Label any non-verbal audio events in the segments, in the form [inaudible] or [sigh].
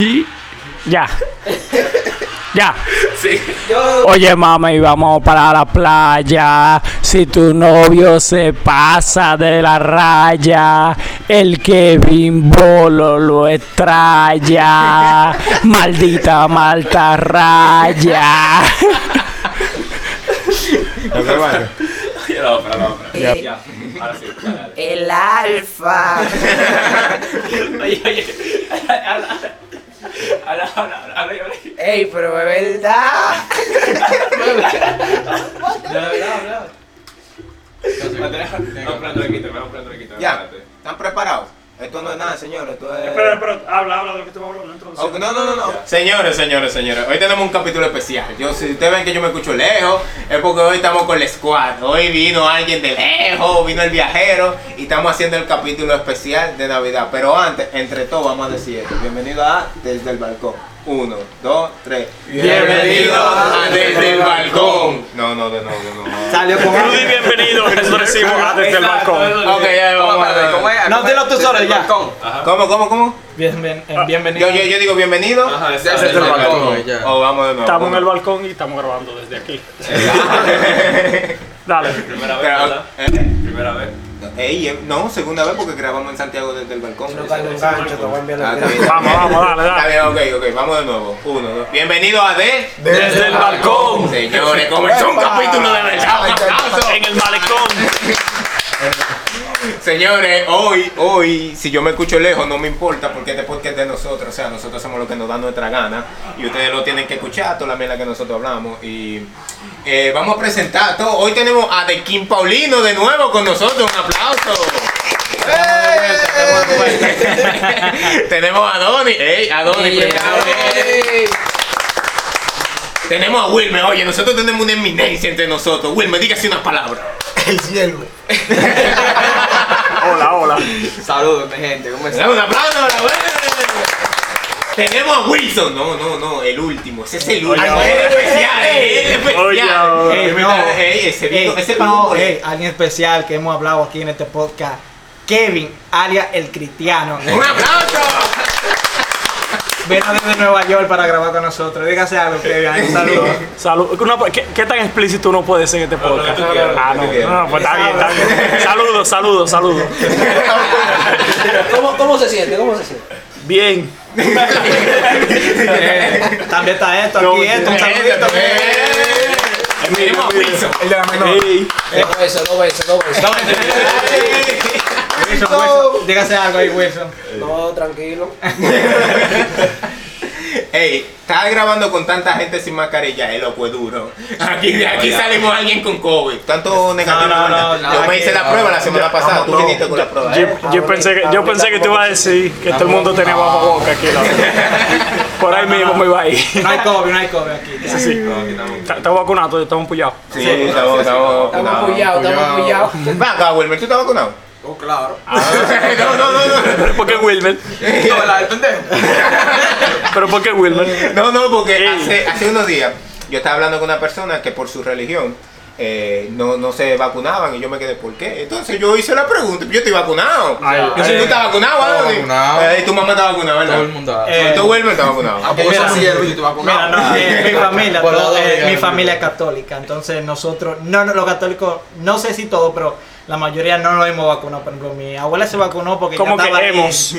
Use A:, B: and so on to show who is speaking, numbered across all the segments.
A: Y ya. Ya.
B: Sí.
A: Oye, mami, vamos para la playa. Si tu novio se pasa de la raya, el Kevin Bolo lo
C: [laughs]
A: estralla. Maldita malta raya.
B: Ya no, pero no, pero-
D: Eh.
B: Ya. Ahora sí. dale,
D: El alfa.
B: dale. Oye, oye. Habla, habla, habla, habla, habla, habla.
D: Ey, pero es verdad.
B: Vamos pronto, aquí te- vamos pronto, aquí te-
E: Ya,
B: espérate.
E: ¿están preparados? Esto no es nada, señores. Esto es...
C: Espera, espera, habla, habla de lo que te va a hablar, no
E: Ok,
C: introducción.
E: no, no, no, no. Señores, señores, señores. Hoy tenemos un capítulo especial. Yo, si ustedes ven que yo me escucho lejos, es porque hoy estamos con el squad. Hoy vino alguien de lejos, vino el viajero y estamos haciendo el capítulo especial de Navidad. Pero antes, entre todos, vamos a decir esto. Bienvenido a Desde el Balcón. Uno, dos, tres.
B: Bienvenidos a Desde el
E: Balcón. No, no, no, no, no. Salió con
C: Rudy, bienvenido.
F: [laughs]
C: Nosotros decimos ah, desde el balcón.
E: Ok, ya vamos a ver. ¿Cómo es?
F: No, dilo tú solo, ya. Ah,
B: Ajá.
E: ¿Cómo, cómo, cómo?
F: Bien, bien, eh, bienvenido.
E: Yo, yo, yo digo bienvenido.
B: Ajá,
E: Desde
B: exacto.
E: el balcón. Oh, vamos de nuevo.
C: Estamos en el
E: vamos.
C: balcón y estamos grabando desde aquí. Dale.
B: Primera vez,
E: Pero,
B: ¿verdad?
E: ¿eh?
B: Primera vez.
E: Ey, eh, no, segunda vez porque grabamos en Santiago desde el balcón. Ah, está bien.
C: Vamos, vamos, dale,
E: Está
C: dale.
E: bien, ok, ok, vamos de nuevo. Uno, dos. Bienvenido a D.
C: Desde el balcón.
E: Señores, comenzó un capítulo de verdad. Un aplauso.
C: En el malecón.
E: Señores, hoy, hoy, si yo me escucho lejos, no me importa porque este podcast es de nosotros. O sea, nosotros hacemos lo que nos da nuestra gana y ustedes lo tienen que escuchar, toda la mierda que nosotros hablamos. Y eh, vamos a presentar todo. Hoy tenemos a The Kim Paulino de nuevo con nosotros. Un aplauso. ¡Eh! [laughs] tenemos a Donny, ey, a Donny, primero, ey. tenemos a Wilmer, oye, nosotros tenemos una eminencia entre nosotros. Wilmer, dígase unas palabras. [laughs]
C: Hola, hola.
F: Saludos, mi gente, ¿cómo
E: Le
F: están?
E: damos un aplauso a la buena. Tenemos a Wilson. No, no, no, el último. Ese es el último.
C: Oye,
E: Ah, no,
C: oye. Oye, oye.
E: él es especial, eh, él es especial. Es verdad, eh, ese viejo, ese
F: no,
E: viejo, eh.
F: eh, alguien especial que hemos hablado aquí en este podcast. Kevin, alias el cristiano,
E: Un aplauso.
F: vino desde Nueva York para grabar con nosotros. Dígase algo, Kevin. Saludos.
C: Salud. Una- ¿qué, qué tan explícito uno puede ser en este podcast?
B: tú quieras,
C: Ah,
E: lo
C: no.
E: que tú quieras.
C: No, pues está bien, está bien. Saludos, saludos, [laughs] saludos.
D: ¿Cómo, ¿Cómo se siente? ¿Cómo se siente?
C: Bien.
F: Eh, también está esto,
C: No,
F: aquí esto, un saludito.
E: Eh, Tenemos a Wilson.
C: Ey.
D: No
G: Pues,
D: beso, no beso, no beso.
F: Wilson, Wilson, Dígase algo ahí, Wilson.
D: No, tranquilo.
E: Ey, estaba grabando con tanta gente sin mascarilla, el loco es duro. Aquí, de aquí salimos alguien con COVID. Tanto negativo.
F: no,
E: ¿verdad?
F: no,
E: yo
F: no,
E: me hice la prueba la semana pasada. Tú viniste con la prueba.
C: Yo,
E: eh.
C: yo pensé que, yo pensé que tú ibas a decir que todo el mundo tenía bajo boca aquí. la verdad. Por ahí mismo me iba a ir.
F: No hay cobre, no hay cobre aquí. ya.
C: Sí, sí. Estamos vacunados, estamos pullados.
E: Sí, estamos, estamos.
D: Estamos
E: vacunados.
D: apoyados, estamos apoyados.
E: Ven acá, Wilmer, ¿tú estás vacunado?
F: Oh, claro.
E: no, no, no, no.
C: ¿Pero por qué Wilmer?
F: No, la del pendejo.
C: ¿Pero por qué Wilmer?
E: [laughs] No, no, porque
C: Ey.
E: hace, hace unos días yo estaba hablando con una persona que por su religión eh, no, no se vacunaban y yo me quedé, ¿por qué? Entonces yo hice la pregunta, yo estoy vacunado.
C: Ay,
E: Yo sé,
C: ay,
E: ¿tú estás vacunado,
H: estaba
E: Anthony?
H: vacunado.
E: Eh, tu mamá está vacunada, ¿verdad?
H: Todo el mundo hace.
F: Eh,
E: Tú, Wilmer, está vacunado.
H: Porque
F: mira,
H: así es, Luis, tú vas con
F: Mira,
E: [laughs]
F: no, eh, mi familia,
H: Por
F: todo,
H: lado
F: eh,
H: de
F: mi
H: Gabriel.
F: familia es católica, entonces nosotros, no, no, los católicos, no sé si todos, pero la mayoría no nos hemos vacunado. Por ejemplo, mi abuela se vacunó porque
C: Como
F: ya estaba
C: que
F: en-
C: hemos.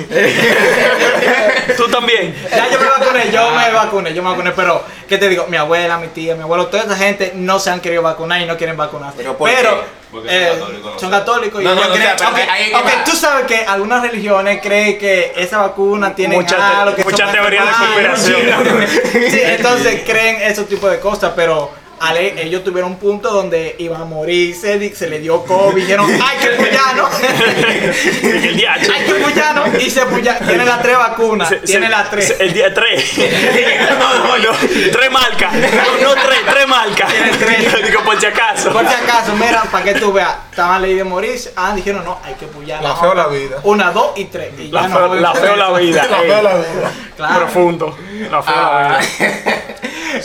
C: [laughs] ¿Tú también?
F: Ya yo me vacuné, yo
H: Ah.
F: me vacuné, yo me vacuné, pero ¿qué te digo? Mi abuela, mi tía, mi abuelo, toda esa gente no se han querido vacunar y no quieren vacunarse.
E: ¿Pero
F: Pero,
E: por qué?
B: Porque son
F: eh,
B: católicos, ¿no?
F: son católicos y
E: No, no,
F: no
E: no,
F: creen-
E: o sea, pero
F: ok,
E: que ahí es que
F: ok,
E: va.
F: tú sabes que algunas religiones creen que esa vacuna tiene
C: Muchas te-
F: algo que son
C: muchas
F: más
C: teorías de
F: humanos. [laughs]
C: conspiración. [laughs]
F: Sí, entonces creen ese tipo de cosas, pero Ale, ellos tuvieron un punto donde iba a morirse, di- se le dio COVID, dijeron,
C: [laughs]
F: ¡ay, que pullano!
C: El día
F: ¡Ay, que pullano! Y se pullano, tiene las tres vacunas, tiene las tres.
C: El día 3. No, no, no. Tres marcas. No, no tres, tres marcas.
F: Tiene tres.
C: [laughs] Digo, por si acaso.
F: Por si acaso, mira, para que tú veas, estaban ley de morirse, ah, dijeron, no, hay que pullano.
H: La fe o la vida.
F: Una, dos y tres. Y
C: La
F: ya no
C: feo
F: voy
C: la,
F: a-
C: feo [laughs] la vida. eh. ey.
F: Claro.
C: Profundo. La feo la
E: Ah.
C: vida.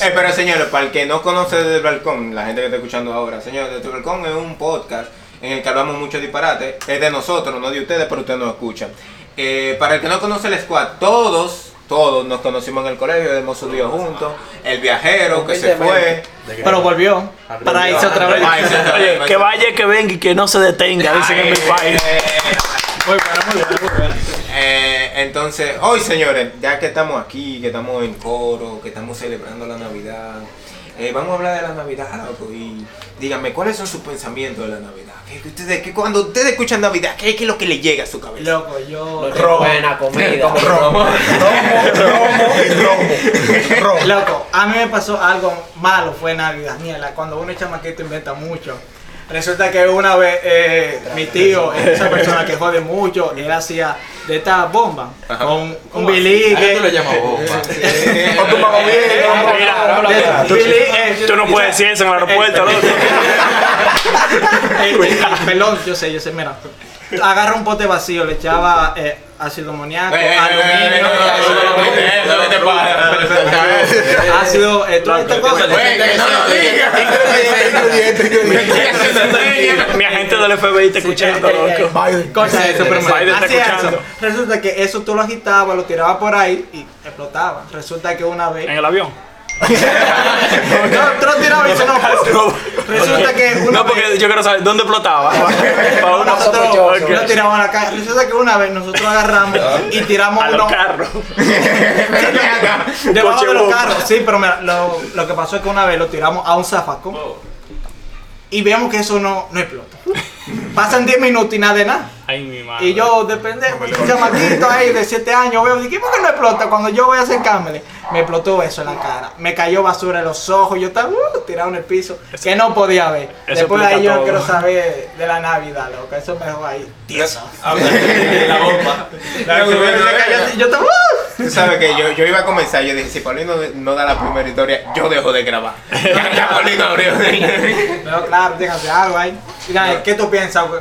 E: Eh, pero señores, para el que no conoce Desde el Balcón, la gente que está escuchando ahora, señores, Desde el Balcón es un podcast en el que hablamos mucho disparate. Es de nosotros, no de ustedes, pero ustedes nos escuchan. Eh, para el que no conoce el squad, todos todos nos conocimos en el colegio, hemos subido juntos. El viajero que se
D: 20
E: fue.
F: Pero volvió para irse otra vez.
E: Ay, se-
C: Oye, que vaya, que venga y que no se detenga, dicen en mi país.
E: Eh,
F: Muy bueno, muy bueno, muy bueno.
E: Eh, entonces, hoy señores, ya que estamos aquí, que estamos en coro, que estamos celebrando la Navidad, eh, vamos a hablar de la Navidad, loco, y díganme, ¿cuáles son sus pensamientos de la Navidad? ¿Qué, que ustedes, que cuando ustedes escuchan Navidad, ¿qué, qué es lo que les llega a su cabeza?
F: Loco, yo.
D: Buena comida.
F: Loco, a mí me pasó algo malo, fue Navidad, mierda. Cuando uno es chamaquito inventa mucho. Resulta que una vez eh, mi tío, esa persona que jode mucho, él hacía de esta bomba con un bilique.
E: Eh,
C: Mira,
F: De estas bilique,
C: tú no puedes decir eso en el aeropuerto, loco.
F: eh, Pelón, yo sé, yo sé, mira. Agarra un pote vacío, le echaba eh, ácido amoníaco,
E: eh, eh, eh,
F: aluminio,
E: eh, eh, eh, eh, eh, eh, eh, eh,
F: ácido, eh, todas estas cosas.
E: Güey, que no lo digas.
C: Mi agente del FBI te escuchando, loco.
F: Cosa eh, de Superman.
C: Biden está
F: Hacía
C: escuchando.
F: eso. Resulta que eso tú lo agitabas, lo tirabas por ahí y explotaba. Resulta que una
C: En
F: vez.
C: el avión.
F: [laughs] No, tú lo tirabas y se no. Resulta que una
C: No, porque
F: vez.
C: yo quiero saber dónde
F: [laughs]
C: explotaba. Para uno-
F: Nosotros
C: Ok.
F: lo tiramos a la calle. Resulta que una vez nosotros agarramos y tiramos
C: A los
F: uno
C: carros.
F: debajo
C: Coche
F: de los
C: bomba.
F: carros. Sí, pero mira, lo, lo que pasó es que una vez lo tiramos a un zafacón y vemos que eso no, no explota. Pasan 10 minutos y nada de nada.
C: Ay, mi madre.
F: Y yo, de pendejo, un chamaquito ahí de 7 años, veo, dije, ¿por qué no explota? Cuando yo voy a acercarme, me explotó eso en la cara. Me cayó basura en los ojos, yo estaba uh, tirado en el piso, que no podía ver.
C: eso
F: Después de ahí
C: explica
F: yo no
C: todo.
F: quiero saber de la Navidad, loco, eso me dejó ahí. tieso.
B: La bomba.
C: eh.
F: Yo, yo estaba, uh,
E: Tú sabes que yo, yo iba a comenzar, yo dije, si Paulino no da la primera historia, yo dejo de grabar. Ya, ya Paulino abrió.
F: Pero claro, déjate algo ahí. Mira, ¿qué tú piensas, güey?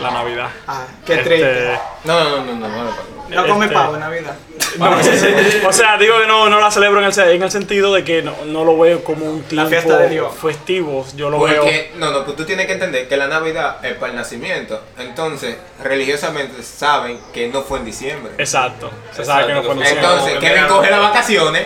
C: la Navidad.
F: Ah, qué
C: Este,
F: triste.
E: No, no, no, no, no, no. Paulino.
F: No come
C: este-
F: pavo en Navidad.
C: no, sí, sí. O sea, digo que no, no la celebro en el, se- en el sentido de que no, no lo veo como un tiempo
F: fiesta de Dios.
C: festivo. Yo lo veo.
E: Porque, no, no, pues tú tienes que entender que la Navidad es para el nacimiento. Entonces, religiosamente saben que no fue en diciembre.
C: Exacto. Se sabe que no fue en diciembre.
E: Entonces, Kevin coge las vacaciones,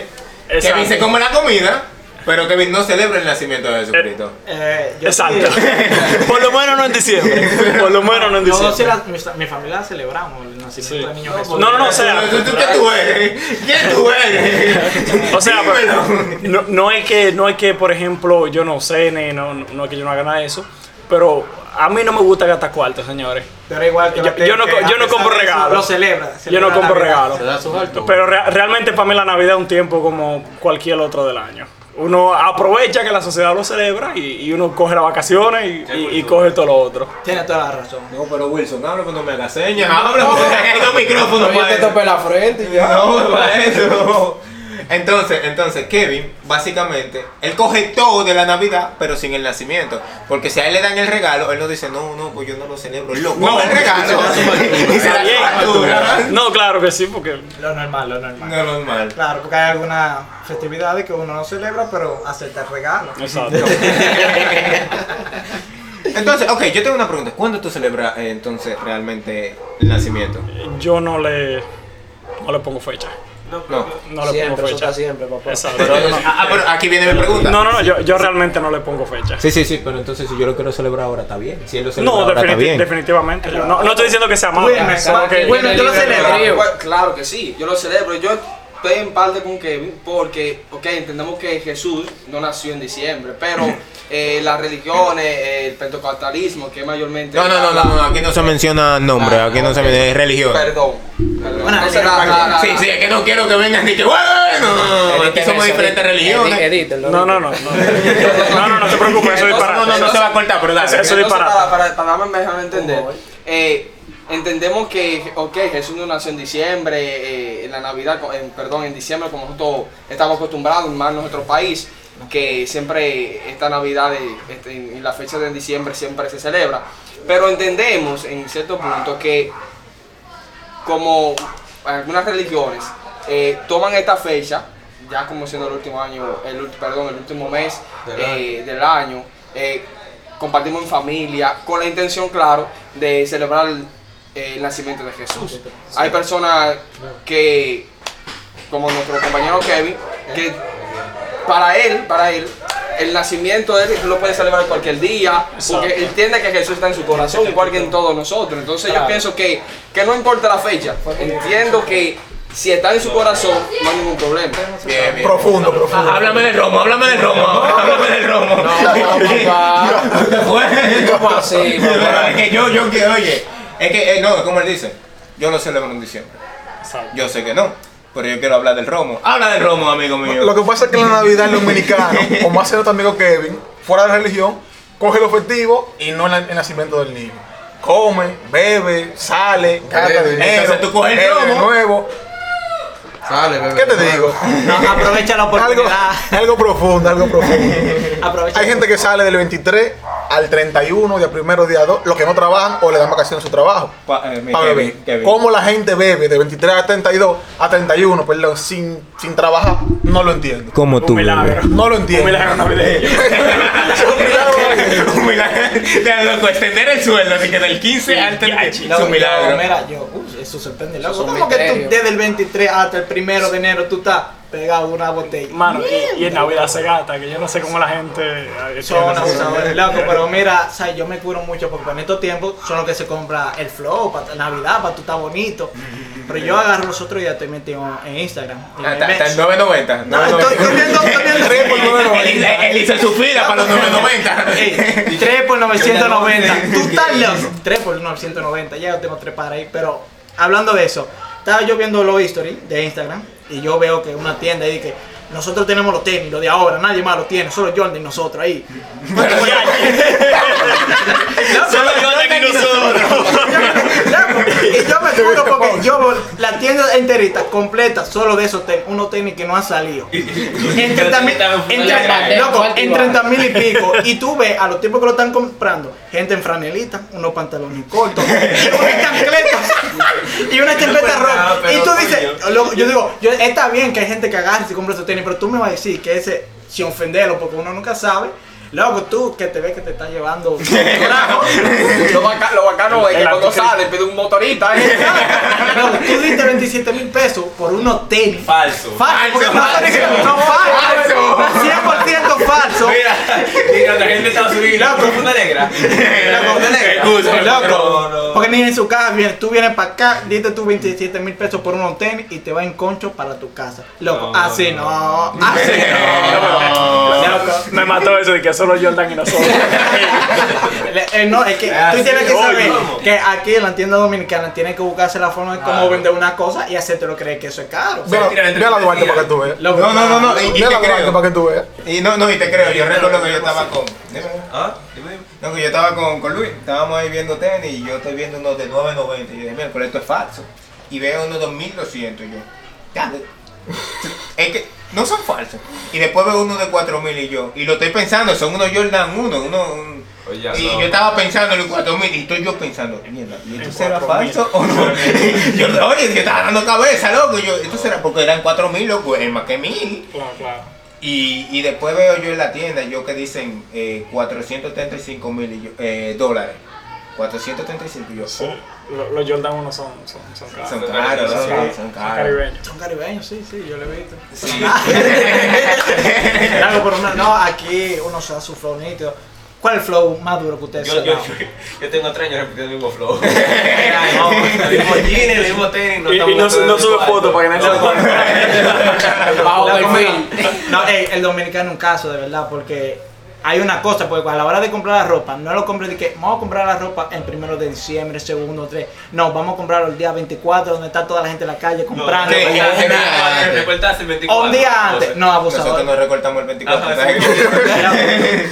C: Exacto.
E: Kevin se come la comida, pero Kevin no celebra el nacimiento de Jesucristo.
F: Eh, yo
C: Exacto.
F: [laughs] sí-
E: [laughs]
C: Por lo menos no en diciembre. Por lo menos no en
F: No, sí,
C: diciembre.
F: la- mi, mi familia celebramos el nacimiento
C: Sí.
F: del niño Jesús.
C: No, no, no, o sea.
E: ¿Tú, tú- qué tú eres? ¿Qué
C: [laughs]
E: tú eres?
C: O sea, pues,
E: Dímelo.
C: no, no es que, no es que, por ejemplo, yo no cene, no, no, no es que yo no haga nada de eso, pero a mí no me gusta gastar cuartos, señores.
F: Pero igual que
C: Yo-
F: la-
C: yo no
F: que
C: co-
F: a
C: yo no
F: pesar
C: compro
F: de eso,
C: regalos.
F: Lo celebra.
C: Yo no
F: celebra
C: compro
F: Navidad.
C: regalos. Pero rea- realmente para mí la Navidad es un tiempo como cualquier otro del año. Uno aprovecha que la sociedad lo celebra y, y uno coge las vacaciones y, y- y coge todo lo otro.
F: Tiene toda la razón.
E: No, pero Wilson, habla cuando me haga señas. Habla porque hay dos micrófonos
D: Yo
G: eh.
E: para
D: te
E: eso.
D: topé la frente. y ya.
E: No, para eso. Entonces, entonces, Kevin, básicamente, él coge todo de la Navidad, pero sin el nacimiento. Porque si a él le dan el regalo, él no dice, no, no, pues yo no lo celebro. Él lo come
C: [laughs]
E: el regalo. y se
C: Está
E: la
C: bien.
E: lleva tú.
C: No, claro que sí, porque
F: Lo normal, lo normal.
E: No, normal.
F: Claro, porque hay algunas festividades que uno no celebra, pero acepta el regalo.
C: Exacto.
E: [laughs] Entonces, ok, yo tengo una pregunta. ¿Cuándo tú celebras eh, entonces realmente el nacimiento?
C: yo no le, no le pongo fecha.
E: No.
C: No le
D: Siempre, eso
C: pongo fecha.
D: está siempre, papá.
C: Exacto.
E: Pero, ah, pero aquí viene mi pregunta.
C: No, no, no, yo, yo realmente no le pongo fecha.
E: Sí, sí, sí, pero entonces si yo lo quiero celebrar ahora, está bien. Si él lo celebra
C: No,
E: ahora, está
C: definiti-
E: bien.
C: definitivamente. yo no, no estoy diciendo que sea malo.
F: Wilmer,
C: solo que-
F: Wilmer, tú lo celebras.
D: Claro,
H: Bueno, Claro que sí, yo lo celebro. Yo estoy en parte con Kevin porque, ok, entendemos que Jesús no nació en diciembre, pero eh, las religiones, eh, el pentecostalismo, que mayormente.
E: No, no, no, no, no, aquí no se menciona nombre, aquí no se menciona es religión.
H: Perdón. perdón.
F: Bueno,
H: Entonces,
F: mira,
H: la- la- la-
E: Sí, sí, es que no quiero que vengan y que bueno, aquí
D: Editen
E: somos
D: eso,
E: diferentes
D: editen,
E: religiones.
D: edítenlo,
C: No, no, no. No, no, no, no te preocupes, eso es disparate.
E: No, no, no se va a cortar, pero dale.
C: Eso- eso-
H: Entonces,
C: disparate.
H: para, para, para darme mejor entender,
D: ¿Cómo voy?
H: eh, entendemos que, ok, Jesús no nació en diciembre, eh, en la Navidad, co- en- perdón, en diciembre, como nosotros estamos acostumbrados, más en nuestro país, que siempre esta Navidad de- este, en, en la fecha de diciembre siempre se celebra. Pero entendemos en cierto punto que como algunas religiones eh, toman esta fecha, ya como siendo el último año, el, ul- perdón, el último mes
D: Del
H: eh, del año, eh, compartimos en familia, con la intención, claro, de celebrar eh, el nacimiento de Jesús. Hay personas que, como nuestro compañero Kevin, que para él, para él, el nacimiento de él lo puede celebrar cualquier día, porque él entiende que Jesús está en su corazón, igual que en todos nosotros. Entonces yo pienso que, que no importa la fecha, entiendo que si está en su corazón, no hay ningún problema.
E: Bien, bien.
I: Profundo, profundo.
E: Ah, Háblame del romo, háblame del romo, háblame del romo. ¿Qué fue?
D: ¿Cómo así,
E: Yo-
D: papá?
E: [laughs] es que yo, yo que, oye, es que, eh, no, como él dice, yo lo celebro en diciembre. Yo sé que no, pero yo quiero hablar del romo. Habla del romo, amigo mío.
I: Lo que pasa es que la Navidad el dominicano, o más ser otro amigo Kevin, fuera de la religión, coge lo festivo y no la- el nacimiento del niño. Come, bebe, sale, gasta
D: Bebe.
I: dinero,
E: Entonces tú coges el
I: bebe de
E: romo.
I: nuevo.
D: Sale, bebé.
I: ¿Qué te digo?
E: [laughs]
F: Aprovecha la
I: Algo,
F: oportunidad.
I: algo profundo, algo profundo.
F: Aprovecha.
I: Hay gente que sale del 23 al 31, día primero, día 2, los que no trabajan o le dan vacaciones a su trabajo.
E: Pa- eh, mi
I: para
E: Kevin,
I: beber.
E: Kevin.
I: ¿Cómo la gente bebe de 23 a 32 a 31, perdón, sin, sin trabajar? No lo entiendo.
E: Como
C: Un milagro.
I: No lo
C: Un
I: entiendo.
C: milagro
I: [laughs]
C: navideño.
I: Es un
E: [laughs]
I: milagro.
E: un milagro. Ya, loco, extender el sueldo, así que del 15 al 30. Es
F: Loco,
E: un milagro.
F: yo, Mira, yo, uh, eso sorprende, loco.
H: son
F: ¿Cómo que
H: misterios.
F: tú desde el 23 hasta el primero de enero tú estás pegado a una botella?
C: Mano, y, y en Navidad se gata, que yo no sé cómo la gente. eh,
F: Son
C: tiene esa-
F: abusadores, loco, pero mira, o sea, yo me curo mucho porque en estos tiempos son los que se compra el flow para Navidad, para tú estar bonito. Pero yo agarro los otros y ya estoy metido en Instagram. Y
E: Ah,
F: me
E: Está está el
F: ves.
E: 990.
F: No, estoy estoy viendo, estoy viendo.
I: Tres por
E: [laughs] Él,
I: 9.90.
E: él hizo su fila
F: [laughs]
E: para los 990.
F: Ey, 3 por 990. Tú estás loco. 3 por 990. Ya yo tengo 3 para ahí. Pero hablando de eso, estaba yo viendo los history de Instagram y yo veo que una tienda ahí que nosotros tenemos los tenis, los de ahora. Nadie más los tiene, solo Jordan y nosotros
E: [laughs]
F: ahí.
E: Solo yo aquí nosotros.
F: Loco, Y yo me juro porque yo veo la tienda enterita, completa, solo de esos tenis, unos tenis que no han salido. En 30 mil, en 30 loco, en 30 mil y pico. Y tú ves a los tipos que lo están comprando, gente en franelita, unos pantalones cortos, y unas chancletas, y una chancleta roja. Y tú dices, loco, yo digo, yo- está bien que hay gente que agarre y se compra esos tenis, pero tú me vas a decir que ese, sin ofenderlo, porque uno nunca sabe. Loco, tú que te ves que te estás [laughs] llevando carajo.
H: Lo, baca- lo bacano es que
C: El
H: cuando
C: anticristo.
H: sale pide un motorista. ¿eh?
D: [laughs]
F: Loco, tú diste 27 mil pesos por unos tenis.
B: Falso.
F: Falso, porque no
E: falso,
F: falso, no falso, no 100% falso.
B: Mira, mira, la gente de Estados Unidos. La profunda negra. La profunda negra.
E: Excusa,
B: Loco. No, no.
F: Porque ni en su casa, vienes- tú vienes para acá, diste tú 27 mil pesos por unos tenis y te va en concho para tu casa. Loco, así no,
B: [laughs]
F: así no. Loco.
C: Me mató eso de que solo Jordan y
E: [laughs]
C: nosotros.
F: Le- eh, no, es que
B: Ah,
F: tú tienes que
B: Oye,
F: saber
B: ¿cómo?
F: que aquí en la tienda dominicana tienes que buscarse la forma de cómo vender una cosa y hacértelo creer que eso es caro.
I: Ve- Ve a la Duarte para que tú veas.
F: Loco,
E: No, no, no, no. Y, y
I: Ve
E: te
I: a la Duarte
E: creo.
I: para que tú veas.
E: Y no, no, y te creo. Yo recuerdo que yo estaba con. No,
B: ¿Ah? Dime, dime.
E: que yo estaba con, con Luis. Estábamos ahí viendo tenis y yo estoy viendo unos de 990. Y yo dije, mira, pero esto es falso. Y veo unos 2200. Y yo, ya, [laughs] es que no son falsos. Y después veo uno de 4000 y yo. Y lo estoy pensando, son unos Jordan 1, uno. un-
B: Oye, ya
E: Y
B: son.
E: yo estaba pensando en el 4000 y estoy yo pensando, mierda, ¿y esto será falso o no? [laughs] yo, oye, yo estaba dando cabeza, loco. Yo, esto será porque eran 4000, loco, es más que 1000.
C: Claro, claro.
E: Y, y después veo yo en la tienda, yo que dicen eh, 435 mil eh, dólares. 435 y yo. "Oh,
C: Sí. Lo- Los Jordan 1 son, son, Ah, son caros. Ah,
E: Son caros,
C: Son
E: son caros, son caros.
C: caribeños.
F: Son caribeños,
B: [laughs]
F: sí, sí, yo lo he visto.
E: Sí.
F: Claro, pero no, no, aquí uno se da su flow nítido. ¿Cuál es el flow más duro que ustedes se
B: Yo,
F: han
B: yo,
F: dado?
B: yo, yo tengo tres años repitiendo el
F: [laughs]
B: mismo flow. No, el mismo jean, el mismo tenis.
C: Y, y no, no sube fotos para que nadie se lo ponga.
D: Bajo
F: Loco,
D: perfil.
F: mira, No, ey, el dominicano es un caso, de verdad, porque hay una cosa, porque a la hora de comprar la ropa, no lo compres de que vamos a comprar la ropa el primero de diciembre, segundo, tres. No, vamos a comprarlo el día 24, donde está toda la gente en la calle comprando.
E: sí,
F: comprando.
E: ya, ya.
B: Recuerdas el 24.
F: O un día antes. No, abusador.
E: Nosotros nos recortamos el 24.
B: Ajá,
E: ¿sabes?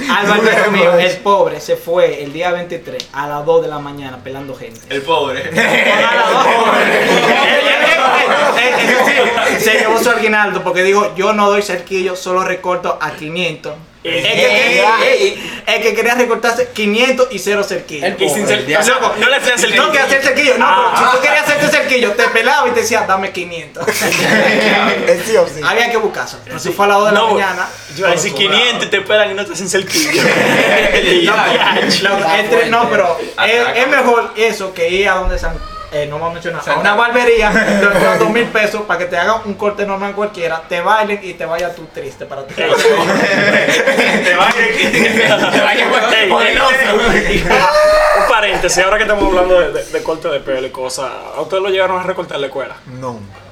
E: [laughs]
C: [laughs]
F: Álvaro mío, el pobre, se fue el día 23 a las 2 de la mañana pelando gente. [laughs]
B: El pobre.
C: [laughs]
F: eh, Se llevó su aguinaldo porque dijo, yo no doy cerquillo, solo recorto a 500 Es que, quería, eh, es que quería recortarse 500 y 0 cerquillos.
C: Y sin ser-
F: Loco,
C: Loco, no le hacían el
F: No, que hacer cerquillo. No,
C: Ah.
F: pero si tú querías hacerte cerquillo, te pelaba y te decía,
C: [laughs]
F: dame 500.
I: Es sí o sí.
F: [laughs] Había que buscarse. Pero si fue a las 2 de la
C: No,
F: mañana.
C: yo a decir 500 y te esperan y no te hacen [laughs]
E: [laughs]
C: cerquillo.
F: Loco, entre- no, pero es, es mejor eso que ir a donde San. eh, no me mencionar. A
C: [laughs]
F: una barbería, te dan dos mil pesos para que te hagan un corte normal cualquiera, te bailen y te vayas tú triste
C: [laughs]
F: para tu casa.
C: Te va a
E: Ey, ey,
C: Un paréntesis, ahora que estamos hablando de, de- de corte de pelo y cosas, ¿a ustedes lo llegaron a recortar en la escuela?
I: No.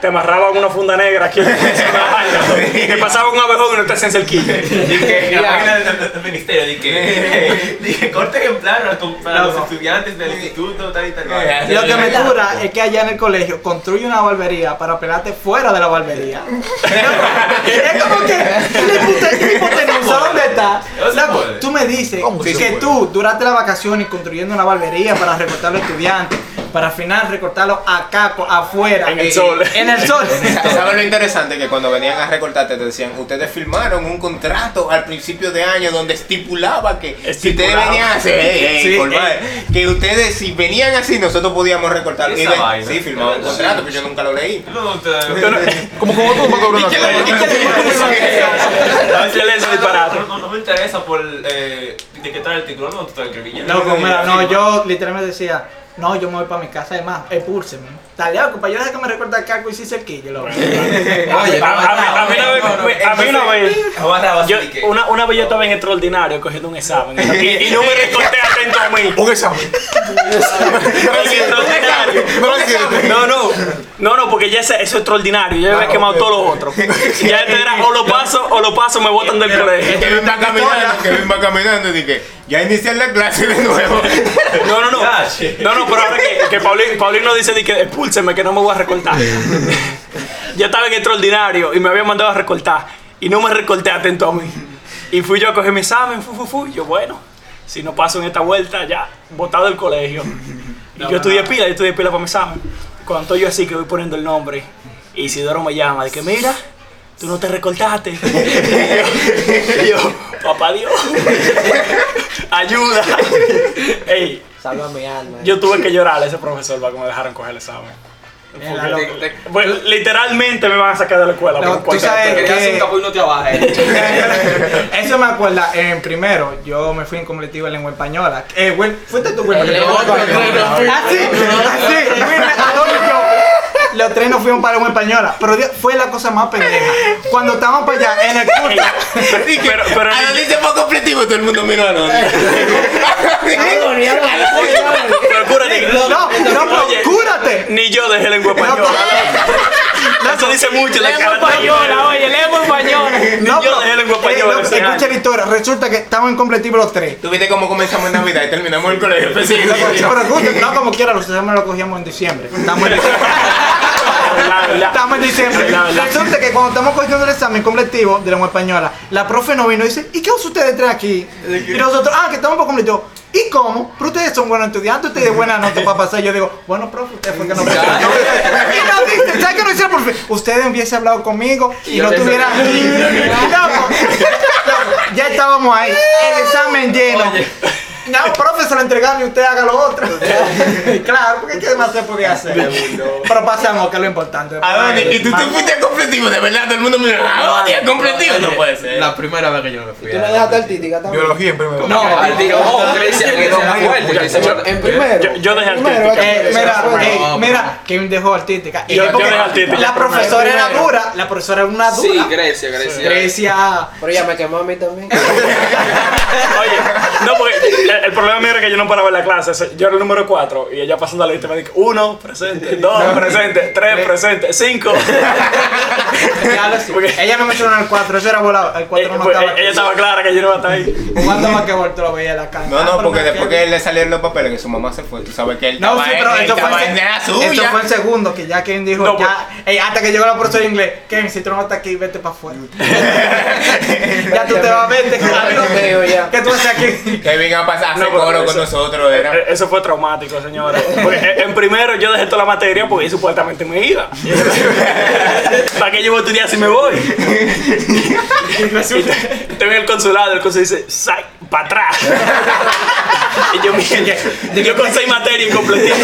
C: te amarraban una funda negra aquí, [laughs] te pasaban un abejón y no te hacían cerquillo.
F: [laughs]
E: [laughs]
B: Dije, la página del- del del ministerio, dije, dije, corten en plano a tu- para los estudiantes del instituto, tal y tal. tal.
F: Lo que me dura es que allá en el colegio construye una barbería para pelarte fuera de la barbería. es como que el hipote- el hipotenusa, ¿dónde está?
B: No se
F: Loco,
B: puede.
F: tú me dices
I: ¿Cómo que se
F: que
I: puede?
F: tú duraste las vacaciones construyendo una barbería para recortar a los estudiantes, para al final recortarlos acá, co- afuera.
C: En el
F: eh,
C: sol.
F: En el sol.
E: ¿Sabes lo interesante? Que cuando venían a recortarte te decían, ustedes firmaron un contrato al principio de año donde estipulaba que si ustedes
C: Estipulaba.
E: venían así, ey, ey,
C: Sí,
E: colmar, que ustedes si venían así nosotros podíamos recortar.
B: Esa
E: Y de-
B: vaina.
E: sí, firmaban un
B: Sí.
E: contrato, pero yo nunca lo leí.
B: No,
E: [laughs]
B: te-
I: Como como tú, Paco Bruno.
C: Él es un disparate.
B: No, no, no me interesa por eh, de qué trae el título, no, tú el grillillo.
F: Loco, mira, no, yo literalmente decía, no, yo me voy para mi casa, además, expúlseme. Dale, loco, para yo dejar que me recorte el caco y sí cerquillo, loco.
D: Oye,
C: A- A a mí una vez, a mí una vez, yo, una, una vez yo estaba en extraordinario cogiendo un
I: [laughs]
C: examen y, y no me recorté atento a mí.
I: Un examen.
C: En extraordinario.
I: No lo siento.
C: No, no, no, no, porque ya ese- eso es extraordinario. Yo ya
I: Ah,
C: había quemado todos los
I: [laughs]
C: otros. Ya este era o lo paso o lo paso, me botan del colegio.
E: Que Kevin va caminando, Kevin va caminando y dije, ya inicié la clase de nuevo.
C: No, no, no.
B: Ah, sí.
C: No, no, pero ahora que, que Paulino, Paulino dice de que expúlseme que no me voy a recortar. Yo estaba en extraordinario y me había mandado a recortar y no me recorté atento a mí. Y fui yo a coger mi examen, fu, fu, fu. y Yo, bueno, si no paso en esta vuelta, ya, botado del colegio. Y yo estudié pila, yo estudié pila para mi examen. Cuando estoy yo así que voy poniendo el nombre, Isidoro me llama, de que mira, tú no te recortaste. [laughs] Y yo, papá Dios, [laughs] ayuda. [laughs] Ey,
G: Salva mi alma.
C: yo tuve que llorar a ese profesor para que me dejaron coger el examen.
F: Mira, loco.
C: Bueno, literalmente me van a sacar de la escuela.
F: No,
C: por un cuarto
F: tú
C: de
F: sabes
H: Te querías
F: que-
H: un capo y no te ¿eh? abajes.
F: [laughs] Eso me acuerda, en primero, yo me fui en competitivo en lengua española. Eh, güey, fuiste tú, Ah, güey.
G: El
F: Así,
G: lengua española.
F: así,
C: [laughs]
F: güey, Adolfo y yo, Los tres nos fuimos para lengua española, pero Dios, fue la cosa más pendeja. Cuando estábamos para allá en el curso,
C: Pero, [laughs] pero, pero
F: Ah,
E: Analice por completivo y todo el mundo miró a [laughs] nosotros.
C: procúrate.
F: no, no,
C: Oye,
F: procúrate.
C: Ni yo dejé lengua española. Eso dice mucho. La cara
G: Española, oye, lengua española.
F: No,
C: yo dejé lengua
F: pero- eh,
C: española,
F: loco,
C: ese
F: Escucha
C: año.
F: la historia, resulta que estábamos en competitivo los tres.
E: Tú viste cómo comenzamos en Navidad y terminamos el colegio. Pues sí,
F: Pero escucha, no como quiera, los exámenes los cogíamos en diciembre. Estamos en
C: La verdad.
F: Estamos en diciembre.
C: La verdad.
F: Resulta que cuando estamos cogiendo el examen completivo de la lengua española, la profe nos vino y dice, ¿y qué hacen ustedes tres aquí? Y nosotros, ah, que estamos por completivo. ¿Y cómo? Pero ustedes son buenos estudiantes, ustedes buenas notas para pasar. Yo digo, bueno, profe, usted fue que no me Y [laughs] nos dice, ¿sabes qué nos hicieron, profe? Ustedes hubiesen hablado conmigo y no tuvieran... Loco, loco, ya estábamos ahí, el examen lleno. No, profe, se lo entregaron y usted haga
C: [laughs]
F: lo otro. claro, porque ¿qué más se podía hacer? Pero pasamos, que es lo importante.
E: Adoni, y tú te fuiste a completivo, de verdad, todo el mundo miró, Adoni, a completivo. No puede ser.
D: La primera vez que yo me fui.
G: Tú no dejaste artística también.
I: Biología en primero.
H: No, al tío, no, Grecia, Grecia era fuerte. Grecia era fuerte.
G: En primero.
C: Yo- yo dejé
G: En primero,
C: artística.
G: hay que
F: Eh, mira,
G: hacer
F: eh,
G: eso.
F: mira, Kevin dejó artística. Y
C: Yo-
F: es
C: yo
F: porque
C: dejé artística.
F: La profesora era
G: Primero.
F: dura, la profesora era una
H: Sí,
F: dura.
H: Grecia,
E: [laughs]
H: Grecia.
F: Grecia.
G: Pero ya me quemó a mí también.
C: Oye, no, porque el, el problema mío era que yo no paraba en la clase. so- Yo era el número 4 y ella
F: [laughs]
C: pasando la lista me dijo: uno, presente, dos, presente, tres, presente, cinco.
F: Diablo, sí. Ella no mencionó el 4, eso era volado. El 4
C: Eh,
F: no
C: pues,
F: mataba.
C: ella estaba clara que yo no iba a estar ahí.
F: ¿Cuánto más que Volto lo veía en la cara?
E: No,
F: Ah,
E: no,
F: pero
E: porque
F: me
E: después
F: quedé-
E: que le salieron los papeles que su mamá se fue, tú sabes que él
F: No, sí,
E: estaba
F: pero
E: en-
F: esto
E: estaba
F: fue, el,
E: en
F: se-
E: la
F: esto
E: suya.
F: fue el segundo que ya Kevin dijo,
C: No,
F: ya, ey, hasta que llegó la profesora de inglés, Kevin, si tú no vas a estar aquí, vete para afuera. [laughs] ya tú te vas a vete, que a mí no te digo [laughs] ya. ¿Qué tú haces aquí?
E: Kevin a pasar a hacer
C: No, pero
E: coro con
C: eso-
E: nosotros, [laughs] era.
C: Eh, Eso fue traumático, señores. Pues, eh, en primero yo dejé toda la materia porque yo supuestamente me iba. [laughs] ¿Para qué yo voy a estudiar si me voy? Y resulta- Estoy en el consulado, el consulado dice, "Sai, para [laughs] atrás. Y yo, mierda, yo con seis materias incompletitas.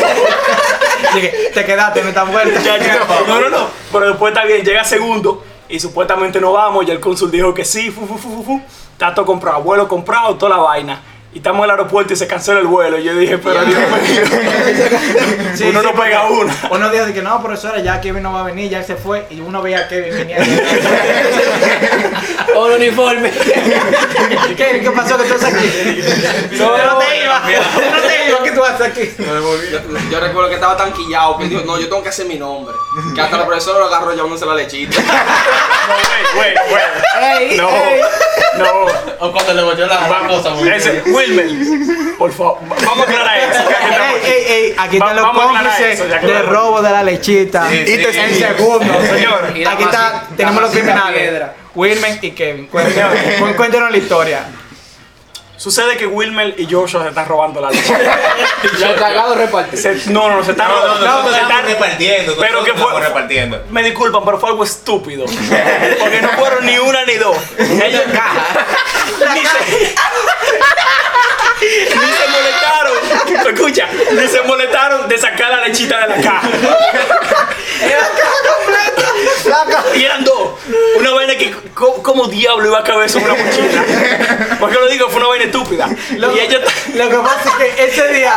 F: Dije, te quedaste, no estás vuelta.
C: [laughs] Ya, ya. No, no, no. Pero después está bien, llega segundo y supuestamente no vamos. Y el cónsul dijo que sí, fu, fu, fu, fu, fu. Está todo comprado, vuelo comprado, toda la vaina. Y estamos en el aeropuerto y se cancela el vuelo. Y yo dije, pero Dios mío.
F: Sí,
C: uno
F: sí,
C: no pega
F: porque
C: una.
F: Uno dijo de que no, profesora, ya Kevin no va a venir, ya él se fue. Y uno veía a Kevin viniendo. [laughs]
G: O el uniforme.
F: Kevin, ¿qué pasó que tú haces aquí? No, no te iba, no te iba, ¿qué tú haces aquí?
H: Yo, yo recuerdo que estaba tan quillado que dijo, no, yo tengo que hacer mi nombre. Que hasta la profesora lo agarró llevándose la lechita.
C: [laughs] Güey, güey.
G: Ey,
C: No,
G: ey.
C: no.
D: [laughs] O cuando le volteó la la cosa, muy
C: Ese, Wilmer, por favor, vamos a aclarar eso. que aquí estamos-
F: Ey, ey, ey, aquí están
C: Va-
F: los
C: vamos a aclarar
F: cómplices
C: eso, ya que
F: del
C: lo-
F: robo de la lechita.
E: Sí,
F: y
E: sí.
F: te- el segundo, señor.
G: Y la
F: Aquí está,
G: masita-
F: tenemos
G: la
F: los
G: masita
F: criminales.
G: piedra.
F: Wilmen y Kevin. Cuéntenos, cu- cuéntenos la historia.
C: Sucede que Wilmer y Joshua se están robando
E: [laughs]
C: la leche.
G: Lo cagado repartido.
C: Se- no, no, se están
E: No, no,
C: robando.
E: nosotros
C: se
E: estamos
C: están-
E: repartiendo,
C: Pero
E: nosotros
C: que
E: estamos
C: fue-
E: repartiendo.
C: Me disculpan, pero fue algo estúpido. Porque no fueron ni una ni dos. Ellos Ni se, ni se molestaron. Escucha, ni se molestaron de sacar la lechita de la caja. Y eran dos. Una vaina que, ¿cómo, cómo diablo iba a caber sobre una mochila? Porque lo digo, fue una vaina estúpida.
F: Lo,
C: Y ellos.
F: [laughs] lo que pasa es que ese día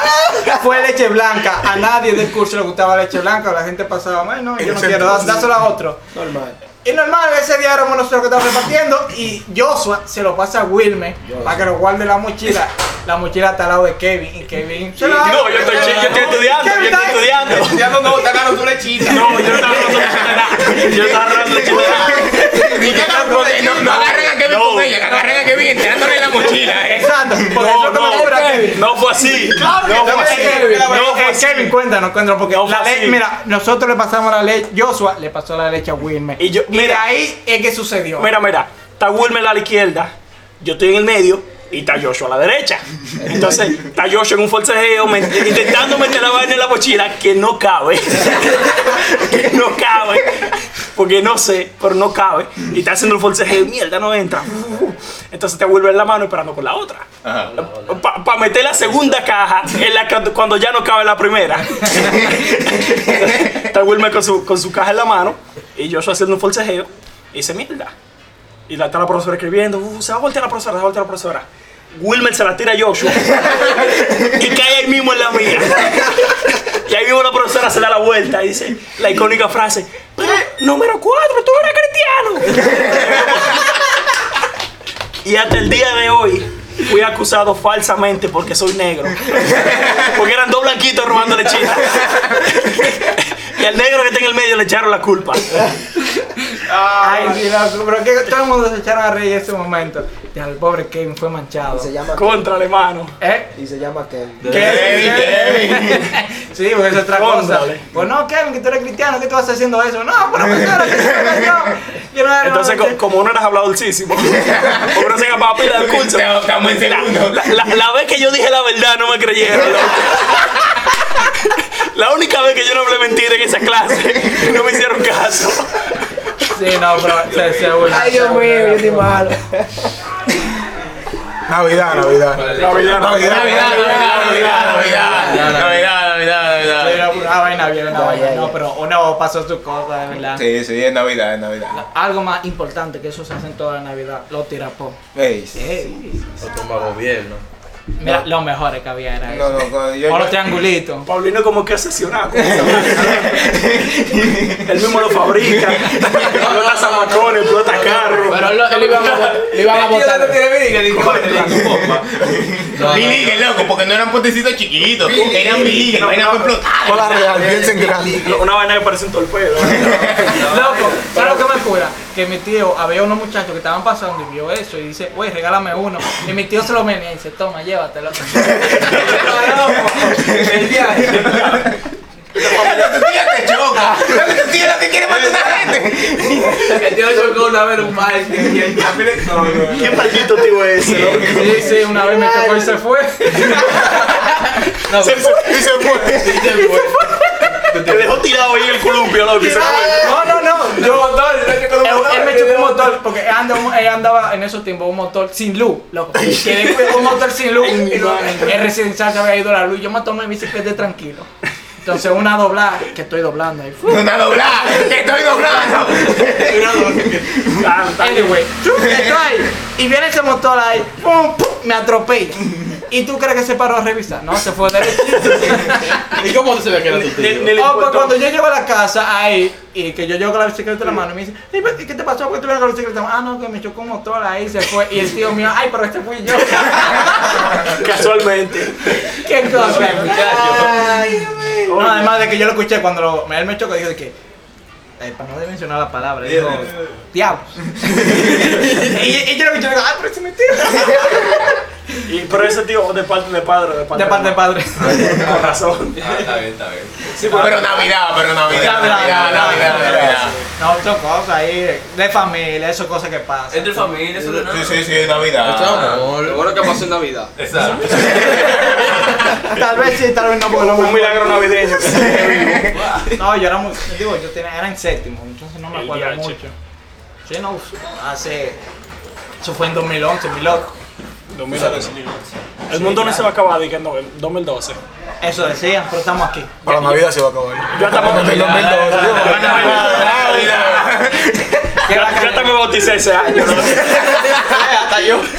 F: fue leche blanca. A nadie del curso le gustaba leche blanca. La gente pasaba, bueno, yo no quiero, dá- dáselo a otro.
G: Normal.
F: Y normal, ese día éramos nosotros que estábamos repartiendo y Joshua se lo pasa a Wilmer para que lo guarde la mochila. La mochila está al lado de Kevin y Kevin... se la-
C: No, yo estoy, yo estoy estudiando, yo estoy estudiando.
H: ya no, no, te agarró tu lechita.
C: No, yo no estaba hablando de nada. Yo estaba hablando de nada.
E: Eh, No, no agarren a Kevin
C: No.
E: con ella, agarren a Kevin tirándole
C: [laughs]
E: la mochila, eh.
F: Exacto, porque
C: No,
F: eso que me
C: no.
F: cobra Kevin.
C: No fue así. No fue
F: Entonces,
C: así.
F: Kevin,
C: No fue
F: eh,
C: así.
F: Kevin, cuéntanos, cuéntanos, porque
C: No fue
F: la ley-
C: así.
F: mira, nosotros le pasamos la leche, Joshua le pasó la leche a Wilmer.
C: Y yo-
F: de
C: mira.
F: ahí es que sucedió.
C: Mira, mira. Está Wilmer a la izquierda. Yo estoy en el medio. Y está Joshua a la derecha. Entonces, está Joshua en un forcejeo me- intentando meter la vaina en la mochila que no cabe. [laughs] que no cabe. Porque no sé, pero no cabe. Y está haciendo el forcejeo. Mierda, no entra. Entonces te vuelve la mano esperando con la otra.
E: Ajá.
C: Para meter la segunda caja en la que- cuando ya no cabe la primera. Está Wilmer con su, con su caja en la mano y yo estoy haciendo un forcejeo y dice mierda. Y la está la profesora escribiendo, "Uh, se va a voltear la profesora, se va a voltear la profesora. Wilmer se la tira a Joshua y cae ahí mismo en la mía. Y ahí mismo la profesora se da la vuelta y dice la icónica frase, pero número 4, tú eres cristiano. Y hasta el día de hoy fui acusado falsamente porque soy negro. Porque eran dos blanquitos robando lechitas. Y al negro que está en el medio le echaron la culpa.
F: Ay, sí, loco, pero que todo el mundo se echaron a reír en ese momento. Ya, el pobre Kevin fue manchado.
G: Se llama
C: Contra alemano.
F: ¿Eh?
G: y se llama Kevin.
F: Kevin, Kevin. [laughs] Sí, porque es otra cosa.
C: Cóndale.
F: Pues no, Kevin, que tú eres cristiano, ¿qué tú vas haciendo eso? No, pero profesora, que se
C: [laughs]
F: me cayó. Yo no era
C: Entonces, co-
F: normalmente-
C: como uno era hablado dulcísimo, uno se escapaba pila del curso.
E: Estamos estamos en segundo.
C: La, la- la vez que yo dije la verdad no me creyeron. loco. La única vez que yo no hablé mentira en esa clase, no me hicieron caso.
F: Sí, no, pero se, se burla,
G: Ay,
F: se
G: Dios mío,
F: burla.
G: yo estoy malo.
I: Navidad, Navidad.
E: Navidad,
I: Navidad,
E: Navidad, Navidad, Navidad, Navidad, Navidad,
F: Sí,
E: Navidad.
F: no, una vaina bien, una
G: No,
F: vaina.
G: ya,
F: No,
G: ya.
F: pero uno pasó su cosa, de verdad.
E: Sí, sí, es Navidad, es Navidad.
F: Algo más importante que eso se hace en toda la Navidad, los tirapos.
E: Veis.
D: Lo toma gobierno.
F: Mira, los mejores que había era
E: No,
F: eso.
E: no, no, yo-
F: O los
E: yo-
F: triangulitos.
C: Paulino como que obsesionado. con esa vaina. Él mismo lo fabrica. Explota zamacones, explota carros.
G: Pero él lo, él lo iban a bo- lo iban a
H: [laughs] Yo no te
G: botar.
H: tiré mi liga, digo,
E: Billy, que loco, porque no eran potecitos chiquitos. Eran Billy, que no eran explotadas.
I: Hola, real, piensen grande.
C: Una vaina que parece un torpedo.
H: [laughs]
F: Loco, ¿sabes lo que me cura? Que mi tío, había unos muchachos que estaban pasando y vio eso y dice, güey, regálame uno. Y mi tío se lo menea y dice, toma,
H: [laughs]
F: llévatelo. [laughs]
H: el viaje.
E: Tu tía te choca. Tu tía lo que quiere matar a la gente.
H: El tío chocó una vez en un parque y el
C: ¿Qué maldito tío es ese? loco?
F: sí, sí, una vez me chocó y
C: [laughs]
F: se fue. pues.
C: Se fue. Y se fue. Te dejó tirado ahí en el columpio, loco. y se fue.
F: No, no, no. Yo, él, él me chocó un motor porque él andaba, él andaba en esos tiempos un motor sin luz, loco. Quedé con un motor sin luz. y no- el residencial se había ido la luz. Yo me tomé mi bicicleta tranquilo. Entonces una doblada, que estoy doblando ahí.
E: No está doblada, que estoy doblando.
F: [laughs] Anyway, estoy Eh, ahí, y viene ese motor ahí, pum, pum, me atropella. ¿Y tú crees que se paró a revisar? No, se fue derechito.
G: [laughs] ¿Y cómo se ve que era tu
C: Ni- ni le
F: Oh, pues
C: importó.
F: cuando yo llego a la casa, ahí, y que yo llego con la bicicleta en la mano, y me dice, "Ey, pero ¿qué te pasó? ¿Por qué tú vienes con la bicicleta? en la mano?" Ah, no, que me chocó un motor ahí, se fue. Y el tío mío, ay, pero este [laughs] fui yo.
C: Casualmente.
F: ¿Qué cosa? Ay, no, además de que yo lo escuché cuando lo- él me chocó, dijo de que, eh, para no mencionar la palabra, dijo, diablos.
C: [laughs]
F: y, y yo lo escuché, digo, ay, pero ese es mi tío.
C: Y, pero ese tío de parte de padre, de parte
F: De parte de padre.
C: Con razón.
D: está bien, está bien.
E: Pero Navidad, pero Navidad, Navidad, Navidad, Navidad.
F: No, son cosas ahí de familia, eso cosas que pasan.
C: [laughs]
B: Entre familia, eso no es
E: Sí, sí,
B: nada.
E: sí, Navidad.
H: Lo bueno que pasó en Navidad.
B: Exacto.
F: Tal vez sí, tal vez no, porque lo
C: Un milagro navideño.
F: [laughs] No, yo era muy, digo, yo tenía, era en séptimo, entonces no me
C: El
F: acuerdo
C: DH.
F: mucho. Sí, no, hace, eso fue en 2011, 2008,
C: 2012. El mundo no se va a acabar, dije, no, el 2012.
F: eso decían, pero estamos aquí.
I: Para Navidad se va a acabar.
C: Yo hasta me
I: En el 2012.
C: yo hasta me bauticé ese año. ¿no?
H: Hasta yo.
G: Es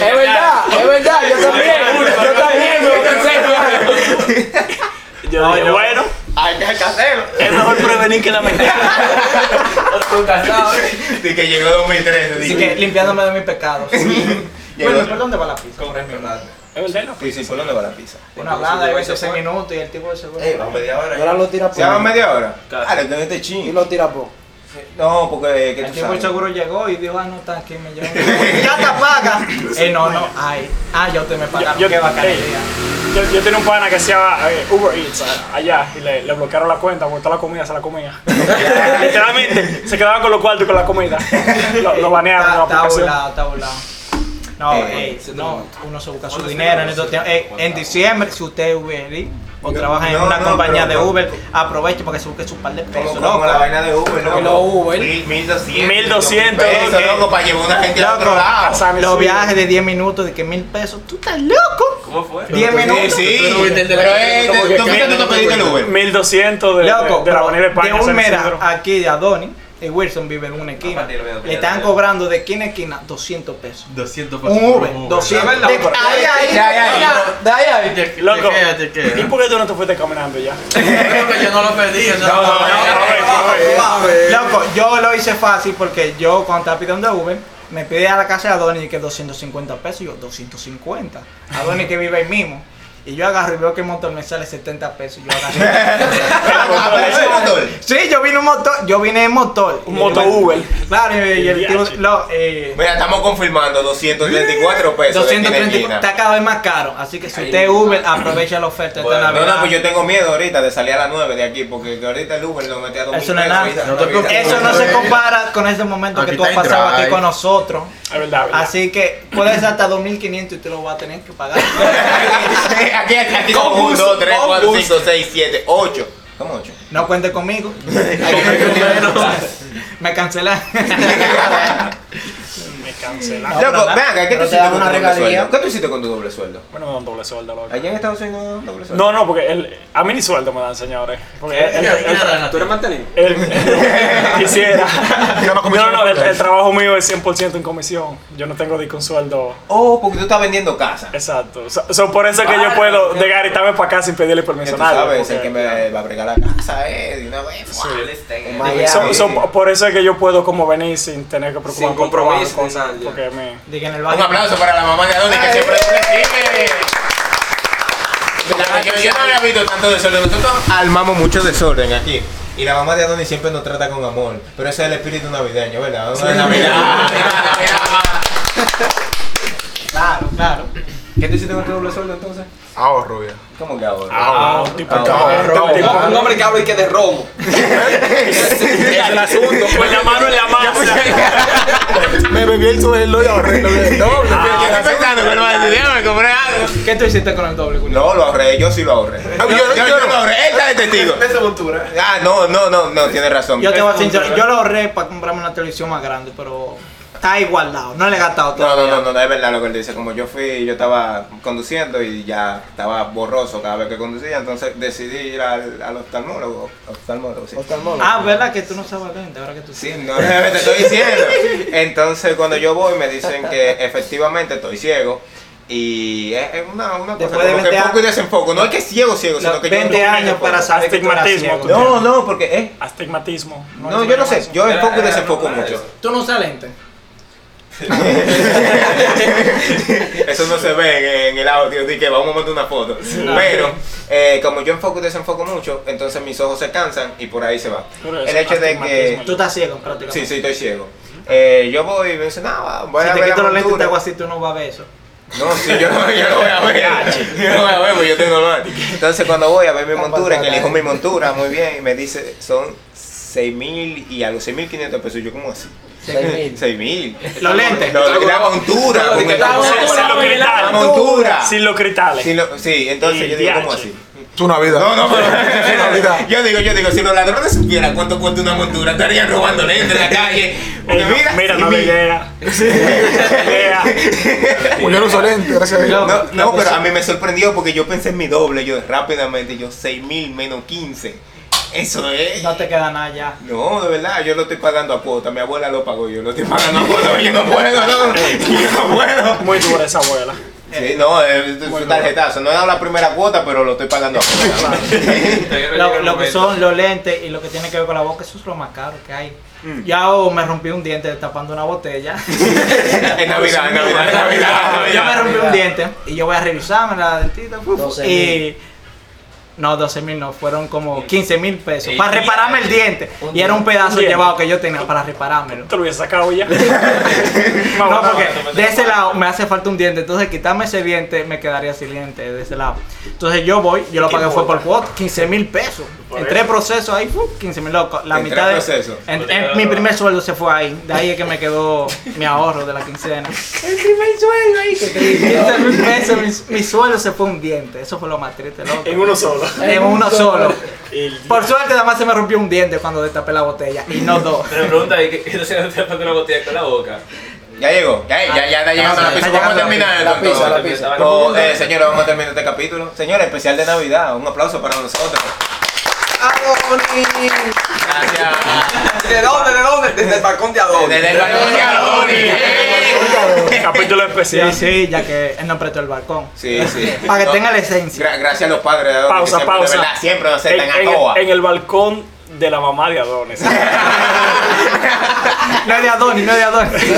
G: verdad, es verdad, yo también. Yo también, me bauticé, claro.
C: Yo dije, bueno,
H: Hay que hacerlo.
C: es mejor prevenir que lamentar.
H: [laughs]
E: De que llegó 2013.
F: [laughs] Así
E: dije.
F: que limpiándome de mis pecados.
E: Llegó-
F: bueno, ¿por dónde va la pizza?
C: Es verdad, no.
E: Sí, sí, ¿por dónde va la pizza? Eh,
F: Una hablada de 26 minutos y el tipo de
D: Ey,
F: seguro.
D: vamos media hora.
G: Ahora lo tira
E: ¿Se llama
G: por.
E: media hora?
B: Casi.
E: Ah, le tengo este
G: Y
E: chin.
G: lo tira por.
E: No, porque eh, que
F: El
E: tú
F: tipo de
E: sabes.
F: seguro llegó y dijo, ah, no está aquí, me llevo.
E: [laughs]
F: ¡Ya te paga! Eh, no, no, ay, ah, ya usted me pagaron,
C: Yo-
F: qué bacanería.
C: Yo, yo tenía un pana que hacía eh, Uber Eats a- allá y le, le bloquearon la cuenta porque toda la comida se la
F: [laughs]
C: comía. Literalmente, se quedaban con los cuartos y con la comida. Lo, lo banearon de la
F: Eh, Está, está
C: aplicación.
F: volado, está volado. No, ey, Eh, no, uno se busca su dinero en estos tiempos. Ey, en diciembre, si usted es Uber Eats o trabaja en
E: no,
F: una
E: no,
F: compañía
E: pero
F: de
E: no.
F: Uber, aproveche para que se busque su par de
E: Como,
F: pesos,
E: como
F: loco.
E: la vaina de Uber, loco.
G: Los Uber.
E: Mil- 1200.
C: 1200,
E: Eso,
C: loco.
E: loco, para llevar una gente a otro
C: A
F: Loco,
E: lado.
C: Sammy
F: Los
C: Sui.
F: viajes de 10 minutos de que mil pesos, tú estás loco.
B: ¿Cómo fue?
F: 10
E: Sí,
F: minutos.
E: sí.
G: Pero Uber, desde la
E: Pero,
G: calle,
E: eh,
G: como
E: ¿tú
G: que
E: fíjate,
G: cae,
E: tú
G: no te
E: pediste el Uber?
C: 1200 de, de,
F: Loco,
C: de la
F: pero
C: Avenida España.
F: de un Ah,
C: San
F: mera
C: Isidro.
F: aquí de Adonis, en Wilson vive en una esquina.
B: partir de medio
F: Le
B: día,
F: están
B: ya.
F: cobrando de esquina a esquina 200 pesos.
D: 200
F: Un Uber, 200
G: De
F: pesos.
G: ahí, ahí, de ahí, de ahí, de ahí.
C: Loco,
D: Fíjate que-
C: ¿y por qué tú no te fuiste caminando
F: [laughs]
C: ya?
D: Yo no lo pedí. eso
C: No,
D: no-
F: Loco, yo lo hice fácil porque yo cuando estaba pidiendo Uber, me pide a la casa de Adonis que 250 pesos, y yo 250. Adonis que vive ahí mismo. Y yo agarro y veo que el motor me sale 70 pesos. y Yo agarro.
E: [laughs] Aparece el motor.
F: sí, yo vine un motor, yo vine en motor.
C: Un moto Uber.
F: Claro, y, y el tipo,
C: Viaje.
F: lo, eh,
E: Mira, estamos confirmando 234 pesos. de esquina a
F: 230
E: esquina.
F: está cada vez más caro. Así que si usted es Uber, aprovecha la oferta esta
E: No,
F: Navidad.
E: no, pues yo tengo miedo ahorita de salir a las 9 de aquí, porque que ahorita el Uber lo metí a 2.000
F: Eso no es nada.
E: pesos.
D: No te preocupes.
F: Eso no
E: [laughs]
F: se compara con ese momento
D: Aquí
F: que tú has
D: está en
F: pasado aquí
D: drive.
F: con nosotros.
C: Es verdad, verdad.
F: Así que puede ser hasta 2500 y te lo vas a tener que
E: [laughs]
F: pagar.
E: Aquí, aquí, aquí. 1, 2, 3, 4, 5, 6, 7, 8. ¿Cómo 8?
F: No cuente
E: [laughs]
F: conmigo. Me cancelan.
C: Me cancelaron.
E: Loco,
F: pero-
E: ven acá, ¿qué tú
G: pero te
E: hiciste
G: dan
E: con
G: una
E: tu doble
G: regalía.
E: sueldo? ¿Qué tú hiciste con tu doble sueldo?
C: Bueno, me dan doble sueldo, loco.
E: Allá en Estados Unidos no dan doble sueldo.
C: No, no, porque el, a mí ni sueldo me dan, señores. Porque el, el- el- [laughs]
H: ¿Tú eres mantenido?
C: el-
E: [laughs]
C: Quisiera.
I: Tiene una comisión
C: No, no, el,
I: por
C: el trabajo mío es 100% en comisión. Yo no tengo disco un sueldo.
E: Oh, porque tú estás vendiendo casa.
C: Exacto. So, so por eso es que yo puedo degaritarme para acá sin pedirle
E: Que
C: permiso
E: tú
C: a nadie.
E: sabes, el
C: porque-
E: que me va a bregar la casa, eh, de una vez. fuá,
C: Sí.
E: le esté-
G: Miami.
C: So-
E: Sí.
C: so por eso es que yo puedo como venir sin tener que preocuparme
H: Sin
C: por probar
H: compromiso ni
C: cosas,
H: nada, ya.
C: Porque me...
F: Diga en el
E: Un
F: baño.
E: aplauso para la mamá de Adonis que siempre nos recibe. La- Yo, yo no había visto tanto desorden. Nosotros armamos mucho desorden aquí. Y la mamá de Adonis siempre nos trata con amor. Pero ese es el espíritu navideño, ¿verdad? Una Navidad.
F: Claro, claro.
E: ¿Qué tú hiciste con tu doble sueldo entonces?
I: Ahorro, viejo.
E: ¿Cómo que ahora? [laughs]
C: Ah, un tipo
I: cabrón.
C: un tipo-
E: ah,
H: Un hombre que habla y que de romo.
C: Es el asunto.
E: pues,
C: Con Pues la mano en la masa.
E: [laughs]
I: Me bebí el sueldo y ahorré lo del doble.
E: Yo estoy pensando que no va a decir, "Déjame comprar algo".
F: ¿Qué tú hiciste con el doble, Julio?
E: No, lo ahorré, yo sí lo ahorré. Yo, yo, yo lo ahorré, él está
F: [laughs]
E: de testigo.
B: Esa montura.
E: Ah, no, no, no, no, tienes razón.
F: Yo te voy a ser sincero, yo lo ahorré para comprarme una televisión más grande, pero está igualado, no le he gastado todo.
E: No, no, no, no, no es verdad lo que él dice. Como yo fui, yo estaba conduciendo y ya estaba borroso cada vez que conducía, entonces decidí ir al, al oftalmólogo. Oftalmólogo, sí.
F: Ah, ¿verdad que tú no sabes lente? Ahora que tú
E: Sí, no, [laughs] te estoy diciendo. Entonces cuando yo voy me dicen que efectivamente estoy ciego. Y es, es una, una cosa
F: Después de
E: como que
F: 20
E: foco y desenfoco. No es que ciego, ciego, sino
F: Los
E: que yo
F: 20
E: no-
F: años para saber que tú eras
C: Astigmatismo,
F: ciego.
C: tú.
E: No, no, porque es.
C: Astigmatismo.
E: No, yo no sé. Yo enfoco y desenfoco mucho.
F: ¿Tú no usas lente?
E: Eso no se ve en, en el audio, así que vamos a mandar una foto. Pero eh, como yo enfoco y desenfoco mucho, entonces mis ojos se cansan y por ahí se va.
C: Pero eso
E: El hecho de
C: astigmatismo.
E: que...
F: Tú estás ciego prácticamente.
E: Sí, sí, estoy ciego. Eh, yo voy y me dicen, "Ah, voy
F: Si
E: a
F: te
E: ver la
F: quito los lentes y te
E: montura".
F: hago así, tú no vas a ver eso.
E: No, sí, yo, yo no voy a ver. Yo no voy a ver, porque yo estoy normal. Entonces, cuando voy a ver mi montura, que elijo mi montura, muy bien, y me dice, son 6.000 y algo, 6.500 pesos. Yo, como así?
G: 6.000.
E: 6.000.
F: Los lentes.
E: Lo- lo- La montura.
H: Lo
E: con
H: que
E: el-
H: está-
C: Sin los
E: La
C: cristales.
E: montura.
C: Sin los cristales.
E: Sí, lo- Sí, entonces
C: El
E: yo digo, ¿cómo
C: DH.
E: así?
I: Es una vida.
E: No, no,
I: Es una
E: pero.
I: vida.
E: yo digo, yo digo, si los ladrones supieran cuánto cuesta una montura, estarían robando lentes en la calle. Porque
C: Eh,
E: mira,
C: Mira, no
E: mi-
C: le
E: [laughs]
C: lea. Lea.
I: Pues yo no uso lente, gracias a Dios.
E: No, pues, no, pero a mí me sorprendió porque yo pensé en mi doble, yo rápidamente, yo 6.000 menos 15. Eso es.
F: No te queda nada ya.
E: No, de verdad, yo lo estoy pagando a cuota. Mi abuela lo pagó, yo lo estoy pagando a cuota, yo no puedo, no. Yo no puedo.
C: Muy dura esa abuela.
E: Sí, no, es es un tarjetazo. No he dado la primera cuota, pero lo estoy pagando a [laughs] cuota.
F: Lo, lo que son los lentes y lo que tiene que ver con la boca, eso es lo más caro que hay. Ya oh, me rompí un diente tapando una
E: [laughs]
F: botella.
E: en Navidad, en Navidad, en Navidad.
F: [laughs] yo me rompí
G: mira.
F: un diente y yo voy a revisarme la dentita. puf,
G: 12.000.
F: y no, 12 mil no, fueron como 15 mil pesos
E: Y-
F: para repararme el diente.
G: Un
F: Y era un
G: diente.
F: pedazo
C: Un diente.
F: llevado que yo tenía para reparármelo.
C: Te lo hubiese sacado ya. [laughs]
F: No,
C: Vamos,
F: porque
C: vamos.
F: de ese lado me hace falta un diente, entonces quitarme ese diente me quedaría sin diente de ese lado. Entonces yo voy, yo lo pagué fue por cuota, 15 mil pesos.
C: Por
F: en
C: eso.
F: tres procesos ahí, ¡fu! 15 mil loco. La
E: En
F: mitad
E: tres
F: de,
E: procesos.
F: en- en- Mi primer sueldo se fue ahí, de ahí es que me quedó mi ahorro de la [laughs] quincena. El primer sueldo ahí, 15 mil pesos, mi, mi sueldo se fue un diente, eso fue lo más triste, loco.
C: En uno
F: [laughs]
C: solo.
F: En uno solo.
C: El-
F: Por suerte, además se me rompió un diente cuando destapé la botella, y no dos.
B: Pero me pregunta, ¿y qué qué tú hacías antes de taparte una botella con la boca?
E: Ya llegó, ya, ya, ya está llegando la pizza. Vamos a terminar
G: La
E: entonces.
G: pizza, la
B: Porque
G: pizza.
B: estaban-
E: Oh, eh, señores, vamos a terminar este capítulo. Señores, especial de Navidad. Un aplauso para nosotros. Gracias.
H: ¿De dónde? ¿De dónde? Desde el balcón de Adobe.
E: Desde el balcón de Adonis. ¡Eh!
C: Capítulo
F: Sí,
C: especial.
F: sí, ya que él no apretó el balcón.
E: Sí, sí.
F: Para que
E: No,
F: tenga la esencia.
E: gra- gracias a los padres de Adonis.
C: Pausa,
E: que siempre,
C: pausa.
E: De verdad, siempre nos
C: en,
E: aceptan
C: en-
E: a toa.
C: en el balcón de la mamá de Adonis.
F: [laughs] No es de Adonis, no es de Adonis.
E: [laughs]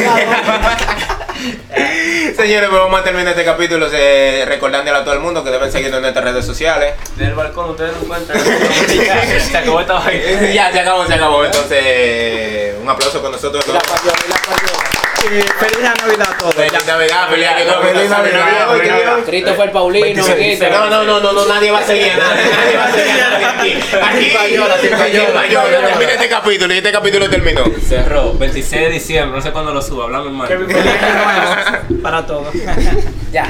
E: Señores, pues vamos a terminar este capítulo eh, recordándole a todo el mundo que deben seguirnos en nuestras redes sociales.
B: Del balcón, ustedes no encuentran. Ya, [laughs] Se acabó esta vaina.
E: Eh, Ya, se acabó, se acabó. Entonces, eh, un aplauso con nosotros. ¿no?
F: [laughs] Eh, Feliz Navidad a todos.
E: Feliz Navidad, feliz Año Nuevo,
I: Feliz Navidad,
E: feliz Navidad.
G: Christopher Paulino, Guita.
E: No, no, no, no, no, nadie va a seguir, nadie, nadie va a seguir a nadie aquí. Aquí, aquí, Payola, termina este capítulo y este capítulo terminó.
B: Cerró, 26 de diciembre, no sé cuándo lo subo, hablamos hermano.
F: Feliz Año Nuevo para todos.
G: Ya.